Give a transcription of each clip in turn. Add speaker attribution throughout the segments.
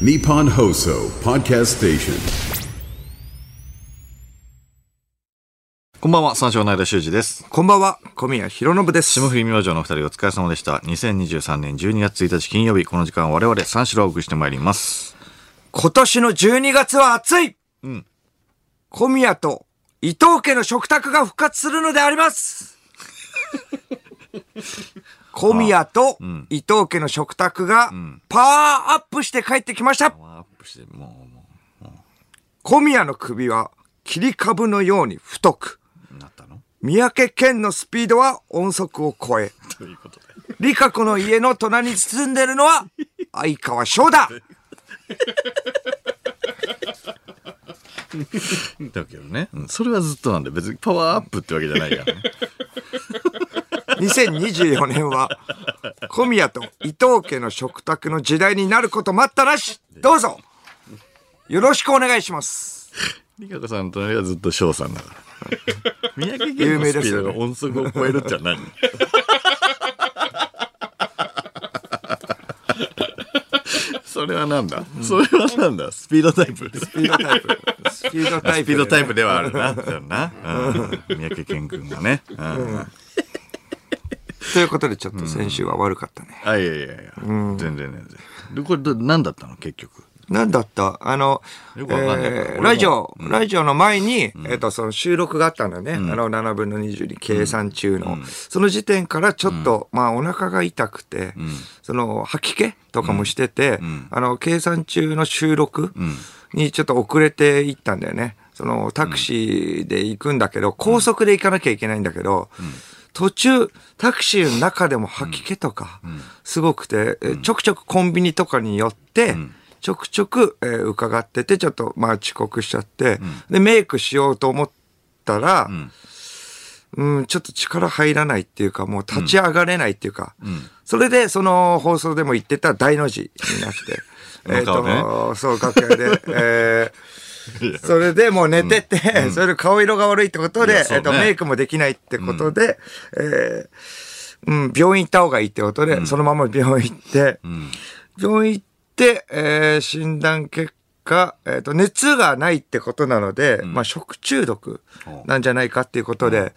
Speaker 1: Nippon Hoso Podcast Station.
Speaker 2: こんばんは、三四郎の間修二です。
Speaker 3: こんばんは、小宮弘信です。
Speaker 2: 霜降り明星のお二人お疲れ様でした。2023年12月1日金曜日、この時間我々三四郎をお送りしてまいります。
Speaker 3: 今年の12月は暑い、小宮と伊藤家の食卓が復活するのであります小宮と伊藤家の食卓がパワーアップして帰ってきました
Speaker 2: アップして、も
Speaker 3: 小宮の首は切り株のように太く、
Speaker 2: う、なったの
Speaker 3: 三宅健のスピードは音速を超え、理香子の家の隣に住んでるのは相川翔だ
Speaker 2: だけどね、うんそれはずっとなんで、別にパワーアップってわけじゃないからね。
Speaker 3: 2024年は小宮と伊藤家の食卓の時代になること待ったなしどう ぞよろしくお願いします
Speaker 2: リカ子さんの隣はずっと翔さんだから。 三宅健のスピードが音速を超えるって 何それはなんだ、それはなんだスピードタイプ
Speaker 3: スピードタイプ スピードタイプ
Speaker 2: スピードタイプではあるな。だよな。うん。三宅健君がね。うん。
Speaker 3: ということでちょっと先週は悪かったね、
Speaker 2: あ、いやいやいや。全然全然。で、これど、何だったの結局。
Speaker 3: なんだったあの、え
Speaker 2: よくわかんないから俺
Speaker 3: ー
Speaker 2: も
Speaker 3: ラジオ、ラジオの前に、えっと、その収録があったんだね。あの、7分の22計算中の、その時点からちょっと、まあ、お腹が痛くて、その、吐き気とかもしてて、あの、計算中の収録にちょっと遅れていったんだよね。その、タクシーで行くんだけど、高速で行かなきゃいけないんだけど、途中、タクシーの中でも吐き気とか、すごくて、えちょくちょくコンビニとかに寄って、ちょくちょく、えー伺ってて、ちょっと、まあ、遅刻しちゃって、で、メイクしようと思ったら、うん、ちょっと力入らないっていうか、もう立ち上がれないっていうか、それで、その放送でも言ってた大の字にな って、えっ
Speaker 2: 中をね
Speaker 3: と、そう、楽屋 で、えーそれでもう寝てて、それで顔色が悪いってこと
Speaker 2: いや
Speaker 3: で、
Speaker 2: そうね
Speaker 3: えっと、メイクもできないってことで、えーうん、病院行った方がいいってことで、そのまま病院行って、病院行って、えー診断結果、えっ、と、熱がないってことなので、まあ、食中毒なんじゃないかっていうことで、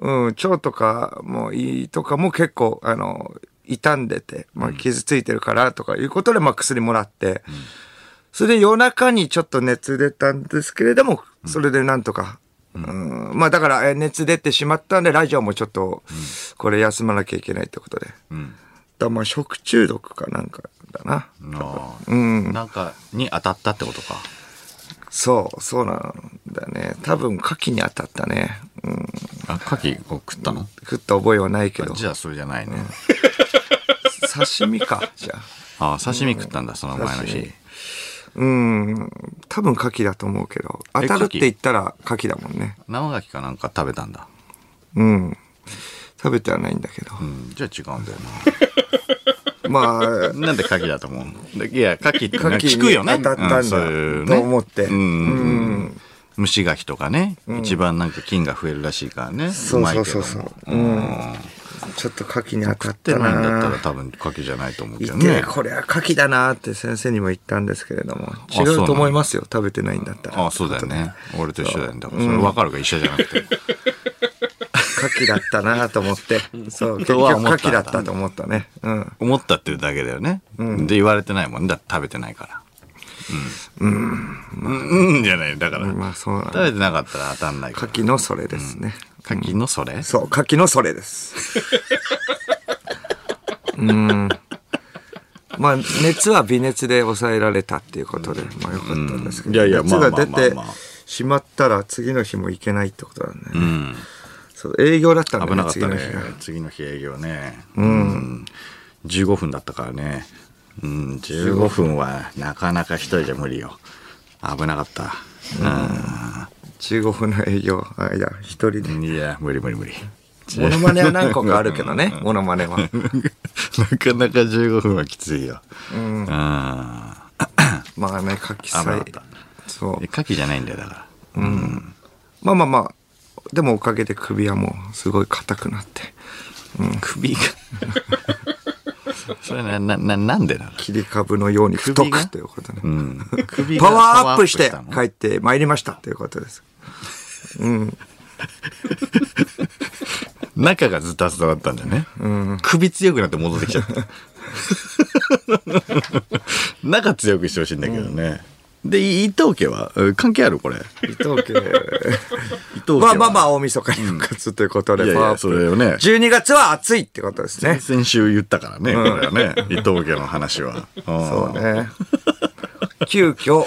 Speaker 3: うん、腸とかも胃とかも結構、あの、傷んでて、まあ、傷ついてるからとかいうことで、まあ、薬もらって、それで夜中にちょっと熱出たんですけれども、それでなんとか。うんまあだから、えー熱出てしまったんで、ラジオもちょっと、これ休まなきゃいけないってことで。だからまあ食中毒かなんかだな。
Speaker 2: あうん。なんか、に当たったってことか。
Speaker 3: そう、そうなんだね。多分、牡蠣に当たったね。うん。
Speaker 2: あ、牡蠣を食ったの
Speaker 3: 食った覚えはないけど。
Speaker 2: じゃあ、それじゃないね。
Speaker 3: 刺身か、じゃあ。
Speaker 2: あ、刺身食ったんだ、その前の日。
Speaker 3: うん。多分、牡蠣だと思うけど。当たるって言ったら、牡蠣だもんね。
Speaker 2: 生牡蠣かなんか食べたんだ。
Speaker 3: うん。食べてはないんだけど。
Speaker 2: うん。じゃあ違うんだよ
Speaker 3: まあ、
Speaker 2: な。なんで牡蠣だと思うでいや、牡蠣って
Speaker 3: 牡蠣に
Speaker 2: 聞くよね。
Speaker 3: 当たったんだ
Speaker 2: うそういうね
Speaker 3: と思って
Speaker 2: うんうん。虫牡蠣とかね、一番なんか菌が増えるらしいからね。
Speaker 3: そう
Speaker 2: まい
Speaker 3: そ
Speaker 2: け
Speaker 3: う
Speaker 2: ど
Speaker 3: そ
Speaker 2: も
Speaker 3: うそう。うん。ちょっと牡蠣に当たっ
Speaker 2: って
Speaker 3: た
Speaker 2: ないんだ
Speaker 3: な
Speaker 2: ったら多分牡蠣じゃないと思うけ
Speaker 3: 言
Speaker 2: ど
Speaker 3: って、
Speaker 2: ね。
Speaker 3: これは牡蠣だなって先生にも言ったんですけれども違
Speaker 2: そうなの
Speaker 3: うと思いますよ食べてないんだったら
Speaker 2: ああ、そうだよね。俺と一緒だよね。だからそれ分かるが一緒じゃなくて。
Speaker 3: 牡蠣だったなと 思ってそう結
Speaker 2: と
Speaker 3: 局
Speaker 2: は
Speaker 3: 牡
Speaker 2: 思った
Speaker 3: 蠣
Speaker 2: ん
Speaker 3: だ
Speaker 2: だ
Speaker 3: ったと思ったねうん
Speaker 2: 思ったっていうだけだよね。で、言われてないもんね。だって食べてないから。うん。うん。うん、じゃない。だから。
Speaker 3: まあそうなん
Speaker 2: 食
Speaker 3: だ
Speaker 2: べてなかったら当たんないか
Speaker 3: 牡蠣のそれですね、
Speaker 2: ら。牡蠣のそれ
Speaker 3: そう牡蠣のそれ ですうんまあ熱は微熱で抑えられたっていうことで、まあよかったんですけど、
Speaker 2: うんいやいや
Speaker 3: 熱が
Speaker 2: ま
Speaker 3: 出
Speaker 2: あまあ
Speaker 3: て
Speaker 2: まあまあ
Speaker 3: しまったら次の日も行けないってことだね、そう営業だったんだ
Speaker 2: 危なかっ
Speaker 3: 次
Speaker 2: た
Speaker 3: の
Speaker 2: ね
Speaker 3: 日が。
Speaker 2: 次の日営業ね。うん。15分だったからね。うん、15分はなかなか一人じゃ無理よ。危なかった。
Speaker 3: 15分の営業あいや一人で
Speaker 2: うん。いや、無理無理無理。
Speaker 3: モノマネは何個かあるけどねモノマネ は
Speaker 2: なかなか15分はきついよ。うん。
Speaker 3: まあね書き
Speaker 2: 危な
Speaker 3: さ
Speaker 2: かった
Speaker 3: そう
Speaker 2: え、牡蠣じゃないんだよ、だから。
Speaker 3: まあまあまあでもおかげで首はもうすごい硬くなって
Speaker 2: 首が。それな、な、ななんでなの
Speaker 3: 切り株のように太
Speaker 2: 首が
Speaker 3: くということね。
Speaker 2: 首が
Speaker 3: パワーアップして
Speaker 2: パワーアップしたの
Speaker 3: 帰ってまいりましたということです。
Speaker 2: 中がずっと熱だったんだよね。首強くなって戻ってきちゃ った。中強くしてほしいんだけどね。で、い伊藤家はえ関係あるこれ。伊
Speaker 3: 伊藤家。
Speaker 2: 藤家
Speaker 3: まあまあまあ、大晦日に復活ということで、
Speaker 2: いやいや
Speaker 3: パワーアップ
Speaker 2: それをね
Speaker 3: 12月は暑いってことですね。
Speaker 2: 先週言ったからね、これはね。伊藤家の話は。 そ
Speaker 3: そう。ね。急遽、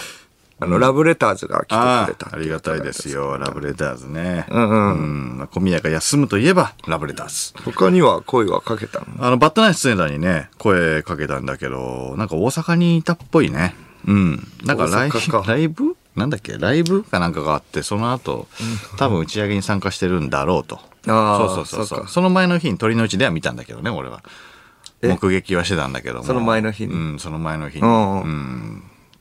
Speaker 3: あの、ラブレターズが来
Speaker 2: あ
Speaker 3: てくれ
Speaker 2: あ
Speaker 3: た。
Speaker 2: ありがたいですよ、ラブレターズね。うんうん。まあ小宮が休むといえば、ラブレターズ。
Speaker 3: 他には声はかけたの
Speaker 2: あの、バッドナイス出演者にね、声かけたんだけど、なんか大阪にいたっぽいね。うん。なんかライ
Speaker 3: 大阪か
Speaker 2: ライブなんだっけライブかなんかがあって、その後、多分打ち上げに参加してるんだろうと。
Speaker 3: あー
Speaker 2: そうそうそう
Speaker 3: そ
Speaker 2: そうう。
Speaker 3: か
Speaker 2: その前の日に鳥の市では見たんだけどね、俺は。
Speaker 3: え
Speaker 2: 目撃はしてたんだけども。
Speaker 3: その前の日に
Speaker 2: うん、その前の日に。
Speaker 3: うんうん
Speaker 2: う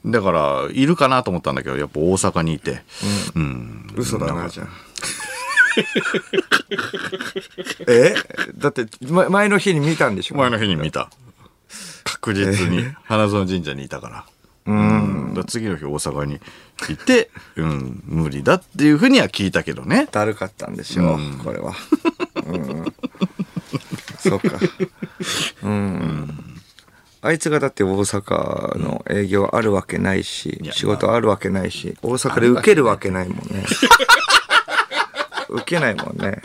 Speaker 2: ん。だから、いるかなと思ったんだけど、やっぱ大阪にいて。うん。
Speaker 3: 嘘だな、じゃあ。 えだって、ま前の日に見たんでしょ
Speaker 2: 前の日に見た。確実に。花園神社にいたから。うん、だから次の日大阪にいて、うん、無理だっていうふうには聞いたけどね。
Speaker 3: だるかったんでしょう、これは。うんそうか。うん。あいつがだって大阪の営業あるわけないし、
Speaker 2: や
Speaker 3: 仕事あるわけないし、大阪で受けるわけないもんね。受けないもんね。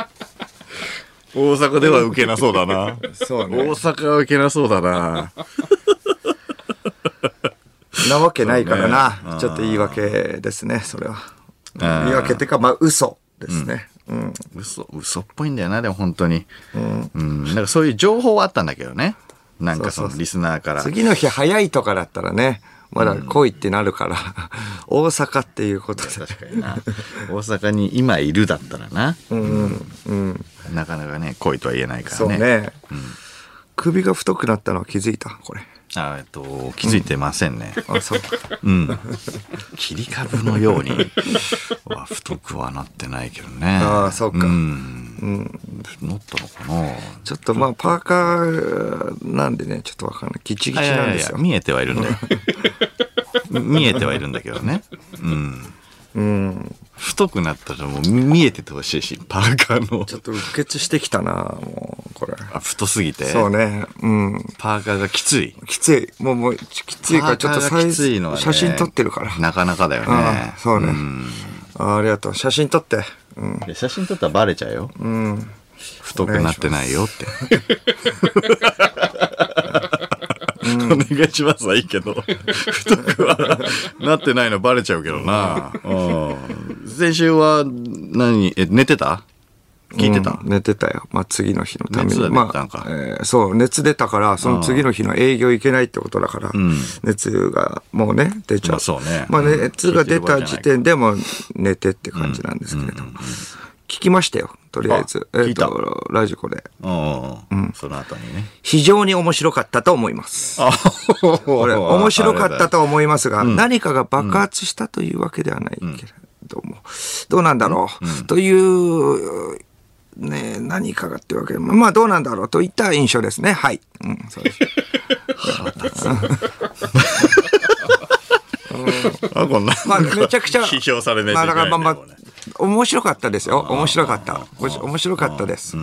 Speaker 2: 大阪では受けなそうだな。
Speaker 3: そう
Speaker 2: 大
Speaker 3: ね。
Speaker 2: 阪は受けなそうだな。
Speaker 3: なわけないから
Speaker 2: そうね
Speaker 3: な。
Speaker 2: うん
Speaker 3: ちょっと言い訳ですね、それは。
Speaker 2: ん
Speaker 3: 言い訳っていうか、まあ嘘ですね。うん。
Speaker 2: 嘘、嘘っぽいんだよな、でも本当に。うん。なんかそういう情報はあったんだけどね。なんかそのリスナーから。
Speaker 3: 次の日早いとかだったらね、まだ来いってなるから、大阪っていうことで。
Speaker 2: 確かにな。大阪に今いるだったらな。
Speaker 3: うんうん、
Speaker 2: なかなかね、恋とは言えないから
Speaker 3: そうね
Speaker 2: ん
Speaker 3: 首が太くなったのは気づいたこれ
Speaker 2: あえっと、気づいてませんね。
Speaker 3: あそう
Speaker 2: うん。切り株のよう には太くはなってないけどね。
Speaker 3: ああそうか
Speaker 2: うん。なったのかな
Speaker 3: ちょっとまあパーカーなんでねちょっとわかんないギチギチなんですよ
Speaker 2: 見えてはいるん だよ。見えてはいるんだけどね。うん。
Speaker 3: うん
Speaker 2: 太くなったらもう見えててほしいし、パーカーの
Speaker 3: ちょっとうっ血してきたなもうこれ
Speaker 2: あ太すぎて、
Speaker 3: そうねうん
Speaker 2: パーカーがきつい。
Speaker 3: きついもうもうちきついからちょっと
Speaker 2: パーカー
Speaker 3: サ
Speaker 2: が
Speaker 3: イ
Speaker 2: きつい
Speaker 3: ズ、
Speaker 2: のはね
Speaker 3: 写真撮ってるから
Speaker 2: なかなかだよね
Speaker 3: あ。そうね
Speaker 2: ん
Speaker 3: あありがとう写真撮ってうん
Speaker 2: いや写真撮ったらバレちゃうよ。
Speaker 3: うん
Speaker 2: 太くなってないよって。 お願いしますはいいけど、太くはなってないのバレちゃうけどな。うん先週は何、え、寝てた聞いてた
Speaker 3: うん、寝てたよ。まあ、次の日のために。
Speaker 2: 熱が出てたのか
Speaker 3: まあえーそう、熱出たから、その次の日の営業行けないってことだから、熱がもうね、出ちゃう。
Speaker 2: まあそうね
Speaker 3: まあ
Speaker 2: うん
Speaker 3: 熱が出た時点でもう寝てって感じなんですけれど。聞きましたよ、とりあえず。
Speaker 2: あ聞いた
Speaker 3: と、ラジコで。
Speaker 2: うんうんその後にね。
Speaker 3: 非常に面白かったと思います。
Speaker 2: あ、
Speaker 3: これ、面白かっ
Speaker 2: と。
Speaker 3: たと思いますが、何かが爆発したというわけではないけれども、どうなんだろう、という、ね、何かがってわけでも、まあどうなんだろうといった印象ですね。はい。うん、そうです。
Speaker 2: あ、こんな。
Speaker 3: まあめちゃくち ゃ、
Speaker 2: 批評されない
Speaker 3: まあだからまあま
Speaker 2: これ
Speaker 3: あ、面白かったですよ。面白かった。おし面白かったです。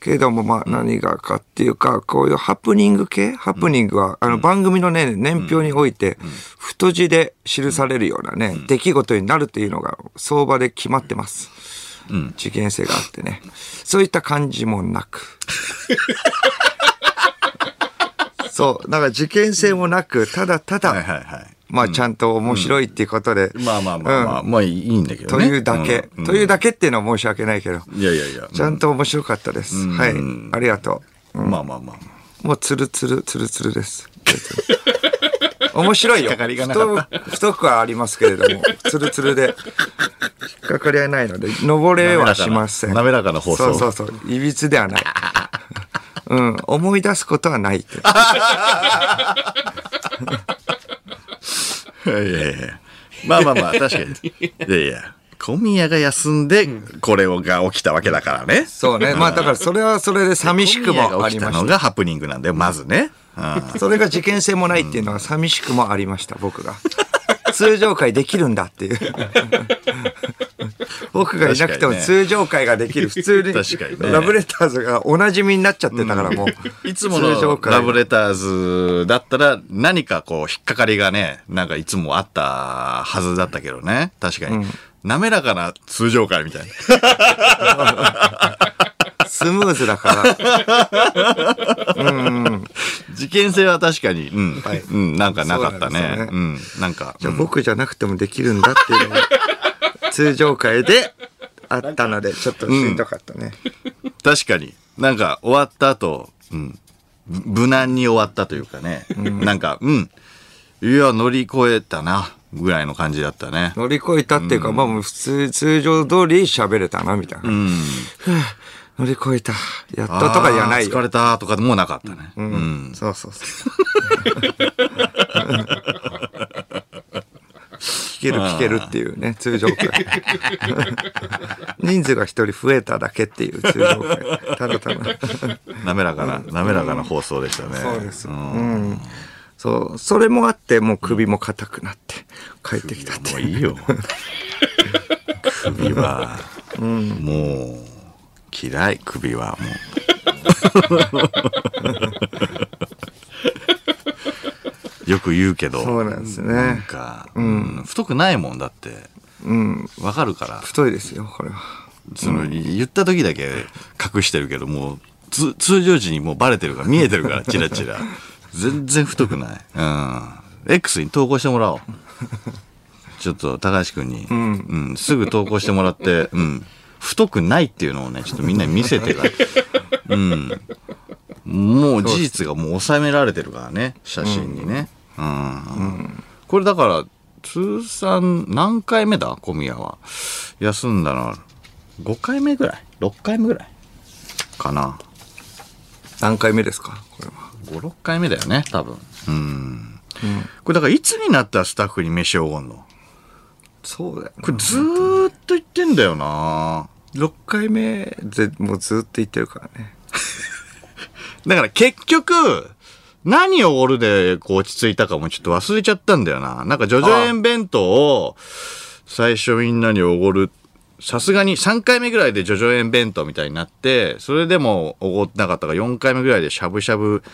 Speaker 3: けれども、まあ、何がかっていうか、こういうハプニング系ハプニングは、あの、番組のね、年表において、太字で記されるようなね、出来事になるというのが、相場で決まってます。事件性があってね。そういった感じもな く。そう。だから事件性もなく、ただただ、
Speaker 2: はいはいはい。
Speaker 3: まあ、ちゃんと面白いっていうことで、
Speaker 2: まあまあまあまあ、まあいいんだけど
Speaker 3: と
Speaker 2: ね。
Speaker 3: いうだけ、
Speaker 2: うん
Speaker 3: というだけっていうのは申し訳ないけど、
Speaker 2: うんいやいやいや。
Speaker 3: ちゃんと面白かったです。はい。ありがと
Speaker 2: まあまあまあ。
Speaker 3: う。もうツルツル、ツルツ ルです。面白いよ。
Speaker 2: 引っかかりがなか
Speaker 3: 太太くはありますけれども、ツルツルで、引っかかりはないので、登れはしません。
Speaker 2: 滑らかな滑らかな放送
Speaker 3: そうそうそう。いびつで はない。うん、思い出すことはないって。
Speaker 2: いやいやいや。まあまあまあ、確かに。いやいや。小宮が休んで、これをが起きたわけだからね。
Speaker 3: そうね。まあだからそれはそれで寂しく
Speaker 2: 小宮
Speaker 3: も
Speaker 2: が
Speaker 3: あ
Speaker 2: 起
Speaker 3: り
Speaker 2: きた
Speaker 3: まし
Speaker 2: のがハプニングなんだよ、まずね。 うん
Speaker 3: た。それが事件性もないっていうのは寂しくもありました、僕が。通常会できるんだっていう。 僕がいなくて
Speaker 2: 確
Speaker 3: も
Speaker 2: かにね
Speaker 3: 通常会ができる。普通に
Speaker 2: 確かにね
Speaker 3: ラブレターズがおなじみになっちゃってたからもう。
Speaker 2: いつものラブレターズだったら何かこう引っかかりがね、なんかいつもあったはずだったけどね。確かに。滑らかな通常会みたいな。
Speaker 3: スムーズだから。
Speaker 2: 事件性は確かに、うん。
Speaker 3: はい
Speaker 2: うん、なんかなかった
Speaker 3: そうなん
Speaker 2: ね。
Speaker 3: ですよね
Speaker 2: うん。なんか。
Speaker 3: じゃあ僕じゃなくてもできるんだっていうのが通常会であったので、ちょっとしんどかったね。
Speaker 2: 確かに。なんか終わった後、うん。ぶ無難に終わったというかね。なんか、うん。いや、乗り越えたな。ぐらいの感じだったね。
Speaker 3: 乗り越えたっていうか、まあもう普通、通常通り喋れたな、みたいな。ふう 乗り越えた。やったとかじゃない
Speaker 2: あー疲
Speaker 3: よ。
Speaker 2: れたとかもうなかったね。うん
Speaker 3: うん、そうそうそう。聞ける聞けるっていうね、通常会。人数が一人増えただけっていう通常会。ただただ。
Speaker 2: 滑らかな、滑らかな放送でしたね。
Speaker 3: そうです。うん。そう、それもあって、もう首も硬くなって、帰ってきたって
Speaker 2: もう
Speaker 3: いう。
Speaker 2: いいよ。首は、もう、嫌い、首は もう。よく言うけど、
Speaker 3: そうなんです
Speaker 2: なん
Speaker 3: ね。
Speaker 2: か、うん太くないもんだって、
Speaker 3: うん。
Speaker 2: わかるから、
Speaker 3: 太いですよ、これは。
Speaker 2: その、言った時だけ隠してるけど、もう、つ通常時にもうバレてるから、見えてる から、チラチラ。全然太くない。うん。X に投稿してもらおう。ちょっと、高橋くんに、うん、すぐ投稿してもらって、うん。太くないっていうのをね、ちょっとみんなに見せてから。うん。もう事実がもう収められてるからね、写真にね。うん。これだから、通算何回目だ小宮は。休んだのは、5回目ぐらい ?6 回目ぐらいかな。
Speaker 3: 何回目ですかこれは。
Speaker 2: 5、6回目だよね、多分。うん。これだからいつになったらスタッフに飯をおごんの
Speaker 3: そうだよな。
Speaker 2: これずーっと言ってんだよな
Speaker 3: 6回目でもうずっと言ってるからね。
Speaker 2: だから結局、何をおごるでこう落ち着いたかもちょっと忘れちゃったんだよな。なんか、ジョジョ園弁当を最初みんなにおごる。さすがに3回目ぐらいでジョジョ園弁当みたいになって、それでもおごってなかったから4回目ぐらいでしゃぶしゃぶ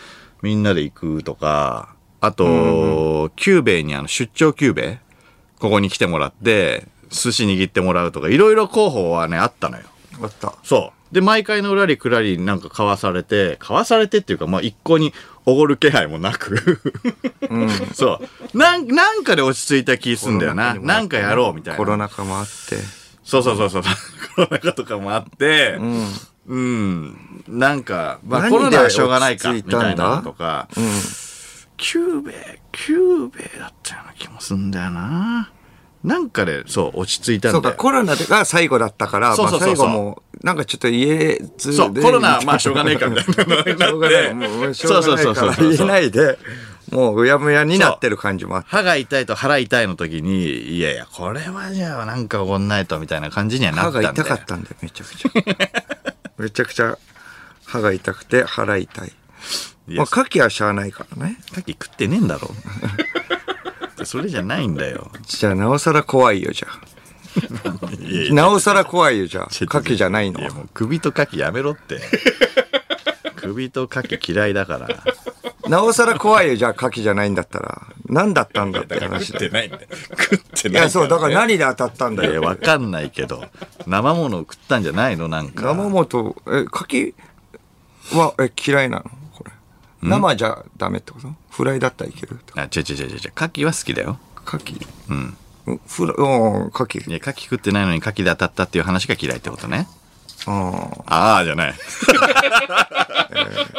Speaker 2: みんなで行くとか、あと、キューベイにあの出張キューベイここに来てもらって、寿司握ってもらうとか、いろいろ候補はね、あったのよ。
Speaker 3: あった。
Speaker 2: そう。で、毎回の裏りくらりなんか買わされて、買わされてっていうか、まあ一向におごる気配もなく。 そう。なん、なんかで落ち着いた気すんだよな。なんかやろうみたい
Speaker 3: コロ
Speaker 2: な。
Speaker 3: ナ禍もあって。
Speaker 2: そうそうそうそう。コロナ禍とかもあって、うん。なんか、まあ
Speaker 3: 何
Speaker 2: コ
Speaker 3: で
Speaker 2: ロナはしょうがないか、
Speaker 3: 落
Speaker 2: み
Speaker 3: ち着いたんだ
Speaker 2: たいなのとか。キューベイ、キューベイだったような気もすんだよな。なんかで、そう、落ち着いたんだ
Speaker 3: そ
Speaker 2: よ
Speaker 3: うか、コロナが最後だったから、
Speaker 2: そうそうそうそう
Speaker 3: まあ、最後も、なんかちょっと言えずで。
Speaker 2: そう、コロナ、まあ、しょうがねえかみたいなのになって。
Speaker 3: しょうがない。もう、しょうがないから
Speaker 2: そうそうそうそう
Speaker 3: 言えないで、もううやむやになってる感じもあって。
Speaker 2: 歯が痛いと腹痛いの時に、いやいや、これはじゃあなんかおごんないとみたいな感じにはな
Speaker 3: 歯
Speaker 2: った
Speaker 3: が
Speaker 2: んで。
Speaker 3: 痛かったんだよ、めちゃくちゃ。めちゃくちゃ歯が痛くて腹痛い。
Speaker 2: い
Speaker 3: ま
Speaker 2: や
Speaker 3: あ、牡蠣はしゃあないからね。
Speaker 2: さっき食ってねえんだろ。 それじゃないんだよ。
Speaker 3: じゃあ、なおさら怖いよ、じゃあ。
Speaker 2: いやいや
Speaker 3: なおさら怖いよ、じゃあ。
Speaker 2: ち
Speaker 3: 牡
Speaker 2: ょっと
Speaker 3: 蠣じゃないの
Speaker 2: い
Speaker 3: は
Speaker 2: や、。もう首と牡蠣やめろって。首と牡蠣嫌いだから。
Speaker 3: なおさら怖いよ、じゃあ、牡蠣じゃないんだったら。何だったんだって話だ。い
Speaker 2: てないんだよ。 食って
Speaker 3: や、そう、だから
Speaker 2: ら
Speaker 3: 何で当たったんだ
Speaker 2: いや、
Speaker 3: よ。
Speaker 2: わかんないけど。生ものを食ったんじゃないのなんか。
Speaker 3: 生もと、え、牡蠣は、え、嫌いなのこれ。生じゃダメってことフライだったらいけるとか。
Speaker 2: あ、違う違う違う違う。牡蠣は好きだよ。
Speaker 3: 牡蠣うん。フラ、うん、牡
Speaker 2: い
Speaker 3: 蠣。
Speaker 2: や、牡蠣食ってないのに牡蠣で当たったっていう話が嫌いってことね。
Speaker 3: ああ。
Speaker 2: ああじゃ ない。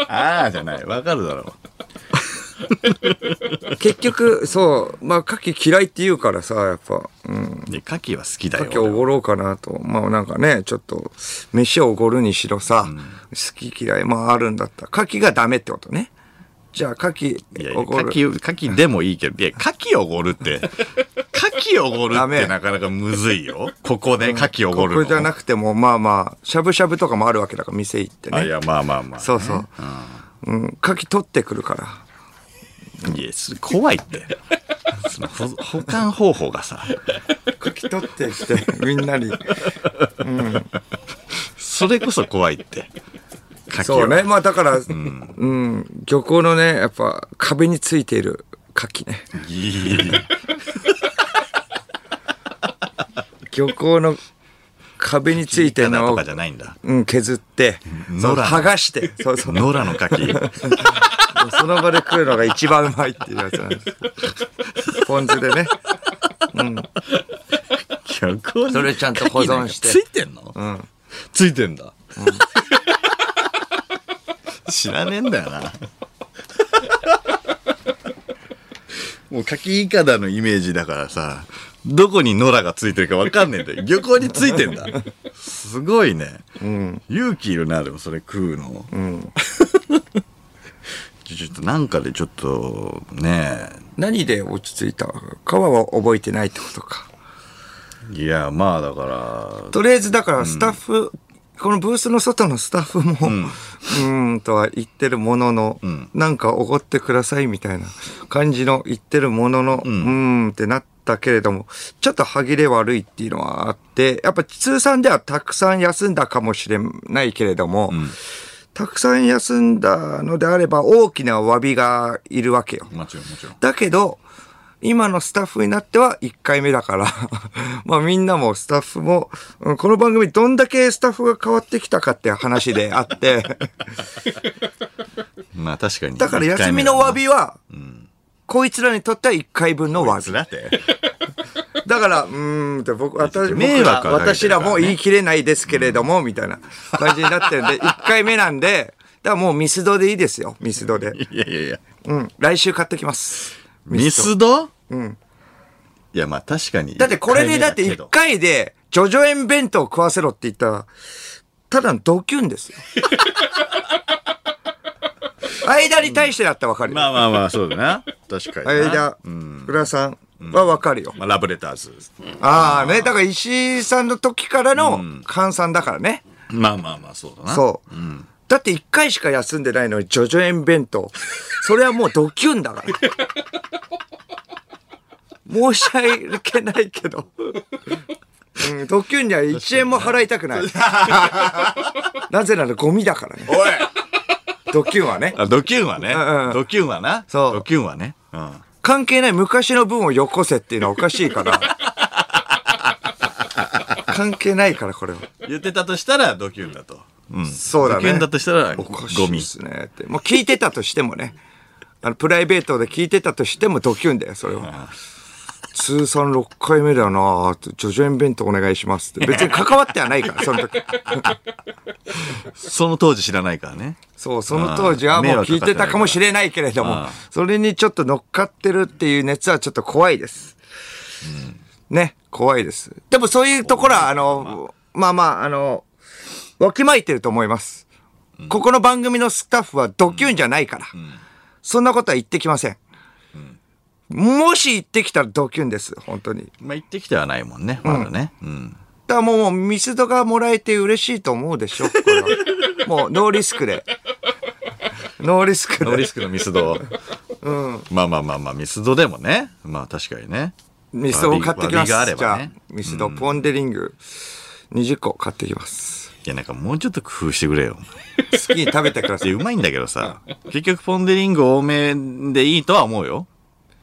Speaker 2: ああじゃない。わかるだろ
Speaker 3: 結局、そう、まあ、牡蠣嫌いって言うからさ、やっぱ。うん。
Speaker 2: う。で、牡蠣は好きだ
Speaker 3: 牡蠣お
Speaker 2: よ。
Speaker 3: ごろうかなと。まあ、なんかね、ちょっと、飯をおごるにしろさ、好き嫌い、まあ、あるんだったら。牡蠣がダメってことね。じゃあ、牡
Speaker 2: いやい
Speaker 3: 蠣
Speaker 2: や、
Speaker 3: お
Speaker 2: 牡
Speaker 3: ごる。
Speaker 2: 蠣、牡蠣でもいいけど、いや、牡蠣をおごるって、牡蠣おごる
Speaker 3: ダ
Speaker 2: っ
Speaker 3: メ
Speaker 2: てなかなかむずいよ。ここで牡蠣おご
Speaker 3: こ
Speaker 2: るの。
Speaker 3: れじゃなくても、まあまあ、しゃぶしゃぶとかもあるわけだから、店行って
Speaker 2: あ、い
Speaker 3: ね。
Speaker 2: や、まあまあまあ。
Speaker 3: そうそう。うん、牡蠣取ってくるから。
Speaker 2: いや、す怖いって。そのほ保管方法がさ、
Speaker 3: 牡蠣取ってきて、みんなに。
Speaker 2: それこそ怖いって。牡蠣
Speaker 3: そう
Speaker 2: は
Speaker 3: ね。まあだから、うん、漁港のね、やっぱ壁についている牡蠣ね。
Speaker 2: いい
Speaker 3: 漁港の壁についてる
Speaker 2: な
Speaker 3: の
Speaker 2: と
Speaker 3: を
Speaker 2: かじ、ゃないんだ。
Speaker 3: うん、削って、そ
Speaker 2: 野良
Speaker 3: う
Speaker 2: の
Speaker 3: 剥がして、そうそう。
Speaker 2: 野良の牡蠣。
Speaker 3: その場で食うのが一番うまいっていうやつなんです。ポン酢でね。
Speaker 2: 逆に
Speaker 3: それちゃんと保存して
Speaker 2: 牡蠣なんかついてんの、ついてんだ、知らねえんだよなもう柿いかだのイメージだからさどこに野良がついてるかわかんねえんだよ漁港についてんだすごいね、勇気いるなでもそれ食うの、ちょっとなんかでちょっとねえ
Speaker 3: 何で落ち着いた皮は覚えてないってことか。
Speaker 2: いやまあだから
Speaker 3: とりあえずだからスタッフ、このブースの外のスタッフも、うーんとは言ってるものの、なんかおごってくださいみたいな感じの言ってるものの、うーんってなったけれども、ちょっと歯切れ悪いっていうのはあって、やっぱ通算ではたくさん休んだかもしれないけれども、たくさん休んだのであれば大きな詫びがいるわけよ。
Speaker 2: もちろんもちろん
Speaker 3: だけど、今のスタッフになっては1回目だから、 まあみんなもスタッフも、うんこの番組どんだけスタッフが変わってきたかって話であ って、
Speaker 2: まあ確かに。
Speaker 3: だから休みの詫びは、こいつらにとっては1回分の詫び。
Speaker 2: だって。
Speaker 3: だから、うーんって僕、私、
Speaker 2: 迷
Speaker 3: 僕ら
Speaker 2: 惑はかけて
Speaker 3: 私
Speaker 2: るかららね
Speaker 3: も言い切れないですけれども、みたいな感じになっ てるんで、1回目なんで、だからもうミスドでいいですよ、ミスドで。
Speaker 2: いやいやいや。
Speaker 3: うん、来週買ってきます。
Speaker 2: ミスドうん。いやまあ確かに。
Speaker 3: だってこれでだって
Speaker 2: 一回目け
Speaker 3: 一
Speaker 2: ど
Speaker 3: 回で、ジョジョ園弁当食わせろって言ったら、ただのドキュンですよ。間に対してだったらわかるよ。
Speaker 2: まあまあまあ、そうだな。確かにな。
Speaker 3: 間、浦さんはわかるよ。
Speaker 2: まあ、ラブレターズ。
Speaker 3: ああね、だから石井さんの時からの換算だからね。
Speaker 2: まあまあまあ、そうだな。
Speaker 3: そう。だって一回しか休んでないのに、ジョジョ園弁当。それはもうドキュンだ から。申し訳ないけど。うん、ドキュンには1円も払いたく ない。なぜならゴミだからね。
Speaker 2: おい
Speaker 3: ドキュンはね。
Speaker 2: あドキュンはね
Speaker 3: んうん。
Speaker 2: ドキュンはな。
Speaker 3: そう
Speaker 2: ドキュンはね。うん。
Speaker 3: 関係ない昔の分をよこせっていうのはおかしいから。関係ないから、これは。
Speaker 2: 言ってたとしたらドキュンだと。うん。
Speaker 3: そうだね。
Speaker 2: ドキュンだとしたら
Speaker 3: おかし
Speaker 2: ゴ
Speaker 3: い
Speaker 2: ミ
Speaker 3: っすねって。もう聞いてたとしてもね。あの、プライベートで聞いてたとしてもドキュンだよ、それは。通算6回目だよなぁって、ジョジョ園弁当お願いしますって。別に関わってはないから、その時。
Speaker 2: その当時知らないからね。
Speaker 3: そう、その当時はもう聞いてたかもしれないけれど
Speaker 2: あ
Speaker 3: も
Speaker 2: あ、
Speaker 3: それにちょっと乗っかってるっていう熱はちょっと怖いです。ね、怖いです。でもそういうところは、あの、まあまあ、あの、わきまえてると思います。ここの番組のスタッフはドキュンじゃないから、そんなことは言ってきません。もし言ってきたらドキュンです、本当に。
Speaker 2: まあ、行ってきてはないもんね。まだね。うん。
Speaker 3: だからもうミスドがもらえて嬉しいと思うでしょ、こ れはもうノーリスクで。ノーリスクで。
Speaker 2: ノーリスクのミスド。まあまあまあまあ、ミスドでもね。まあ確かにね。
Speaker 3: ミスドを買ってきま
Speaker 2: 割り
Speaker 3: す。
Speaker 2: があればね
Speaker 3: じゃあ、ミスドポンデリング20個買ってきます。
Speaker 2: いや、なんかもうちょっと工夫してくれよ。
Speaker 3: 好きに食べてくださ
Speaker 2: で、
Speaker 3: い。
Speaker 2: うまいんだけどさ、結局ポンデリング多めでいいとは思うよ。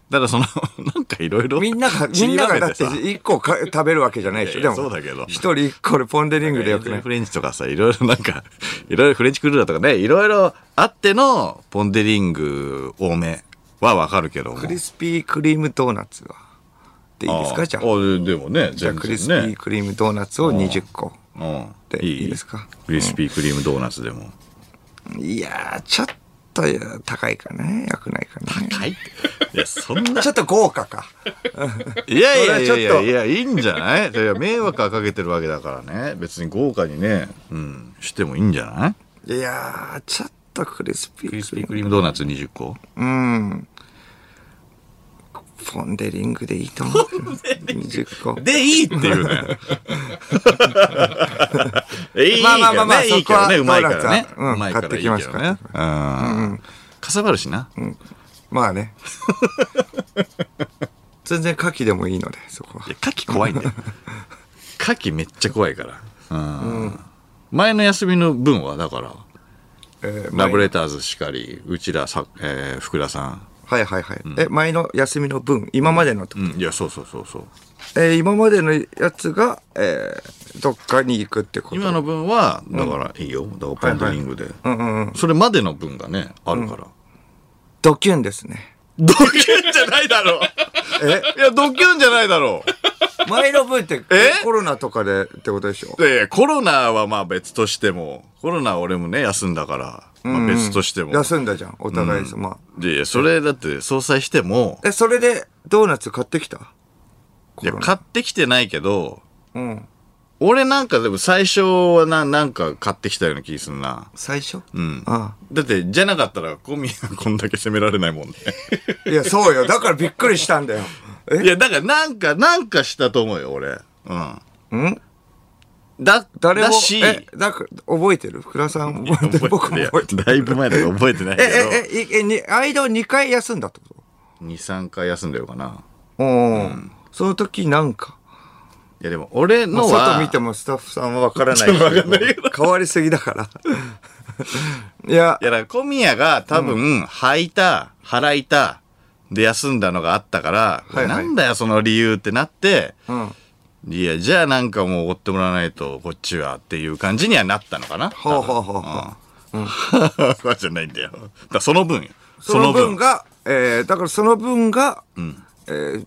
Speaker 2: ただその、 なんかいろいろ。
Speaker 3: みんなが、みんながだって
Speaker 2: 散りばめ
Speaker 3: 1個か食べるわけじゃないでしょ。
Speaker 2: いや
Speaker 3: で
Speaker 2: いや
Speaker 3: も、
Speaker 2: そうだけど
Speaker 3: 1人1個でポンデリングでよ
Speaker 2: て
Speaker 3: く
Speaker 2: さ
Speaker 3: ね
Speaker 2: フ。レンチとかさ、いろいろなんか、いろいろフレンチクルーラーとかね、いろいろあってのポンデリング多めはわかるけども。
Speaker 3: クリスピークリームドーナツは。でいいです
Speaker 2: あ
Speaker 3: か
Speaker 2: あ
Speaker 3: じゃあ。
Speaker 2: あでもね、
Speaker 3: じゃあ
Speaker 2: 全
Speaker 3: クリスピ
Speaker 2: 然
Speaker 3: ー
Speaker 2: ね。
Speaker 3: クリームドーナツを20個。
Speaker 2: うん
Speaker 3: でいいですか
Speaker 2: クリスピークリームドーナツでも。
Speaker 3: いやー、ちょっと高いかね。よくないかね。
Speaker 2: はい。いや、そんな
Speaker 3: ちょっと豪華か。
Speaker 2: いやいやいやい
Speaker 3: それ
Speaker 2: や
Speaker 3: はちょっと
Speaker 2: いや、いいんじゃないい や迷惑はかけてるわけだからね。別に豪華にね、うん、してもいいんじゃない
Speaker 3: いやー、ちょっとクリスピ
Speaker 2: ク
Speaker 3: ークリ
Speaker 2: リスピ
Speaker 3: ー
Speaker 2: ー
Speaker 3: ム
Speaker 2: クリームドーナツ20個。
Speaker 3: うん。ポンデリングでいいと思う。20個。
Speaker 2: でいいって言うね。 いいけどね、
Speaker 3: まあまあまあまあ
Speaker 2: いいけどね、
Speaker 3: そうこ
Speaker 2: ま
Speaker 3: は
Speaker 2: いからね。
Speaker 3: ドーナツはうん
Speaker 2: うまいからいいけど
Speaker 3: 買ってきます
Speaker 2: ね。うん。かさばるしな。い
Speaker 3: まあね。全然牡蠣でもいいので、そこは。
Speaker 2: や、牡蠣怖いんだ よ。牡蠣めっちゃ怖いから。うん。前の休みの分は、だから、
Speaker 3: えー
Speaker 2: ラブ
Speaker 3: 前
Speaker 2: レターズしかり、うちらさ、えー福田さん。
Speaker 3: はいはいはい。え、前の休みの分、今までのと、
Speaker 2: うん、いや、そうそうそうそう。
Speaker 3: えー今までのやつが、えーどっかに行くってこと。
Speaker 2: 今の分は、だからいいよ。だからポンドリングで。
Speaker 3: うんうんうん。
Speaker 2: それまでの分がね、あるから。
Speaker 3: ドキュンですね。
Speaker 2: ドキュンじゃないだろう
Speaker 3: え
Speaker 2: いや、ドキュンじゃないだろう
Speaker 3: 前の分って
Speaker 2: え
Speaker 3: コロナとかでってことでしょ
Speaker 2: いやいやコロナはまあ別としても、コロナは俺もね、休んだから、まあ、別としても。
Speaker 3: 休んだじゃん、お互い様。
Speaker 2: いやいや、それだって総裁しても、
Speaker 3: え、それでドーナツ買ってきた
Speaker 2: いや、買ってきてないけど、
Speaker 3: うん。
Speaker 2: 俺なんかでも最初はな、なんか買ってきたような気すんな。
Speaker 3: 最初
Speaker 2: うん。
Speaker 3: あ
Speaker 2: だって、じゃなかったら、小宮こんだけ責められないもんね。
Speaker 3: あ。いや、そうよ。だからびっくりしたんだよ。
Speaker 2: いや、だからなんか、なんかしたと思うよ、俺。うん。
Speaker 3: えん
Speaker 2: だ、
Speaker 3: 誰も
Speaker 2: だし、
Speaker 3: え、なんか覚えてる福田さん覚えてる僕も覚えてる。
Speaker 2: だいぶ前だから覚えてないけ
Speaker 3: え
Speaker 2: ど、
Speaker 3: え、え、え、え、に間を2回休んだってこ
Speaker 2: 2、3回休んでるかな。
Speaker 3: とうん。その時なんか、
Speaker 2: いや、でも俺
Speaker 3: まあ
Speaker 2: のは、
Speaker 3: 外見てもスタッフさんはわからないし変わりすぎだから。いや
Speaker 2: い、や、だから小宮が多分、吐いた、払いた、で休んだのがあったから、
Speaker 3: はいはい
Speaker 2: なんだよ、その理由ってなって、
Speaker 3: うん。
Speaker 2: いや、じゃあなんかもうおごってもらわないと、こっちはっていう感じにはなったのかな。
Speaker 3: ほうほうほうほ
Speaker 2: ははじゃないんだよ。だからその分よ。
Speaker 3: う。その分が、えー、だからその分が、えー、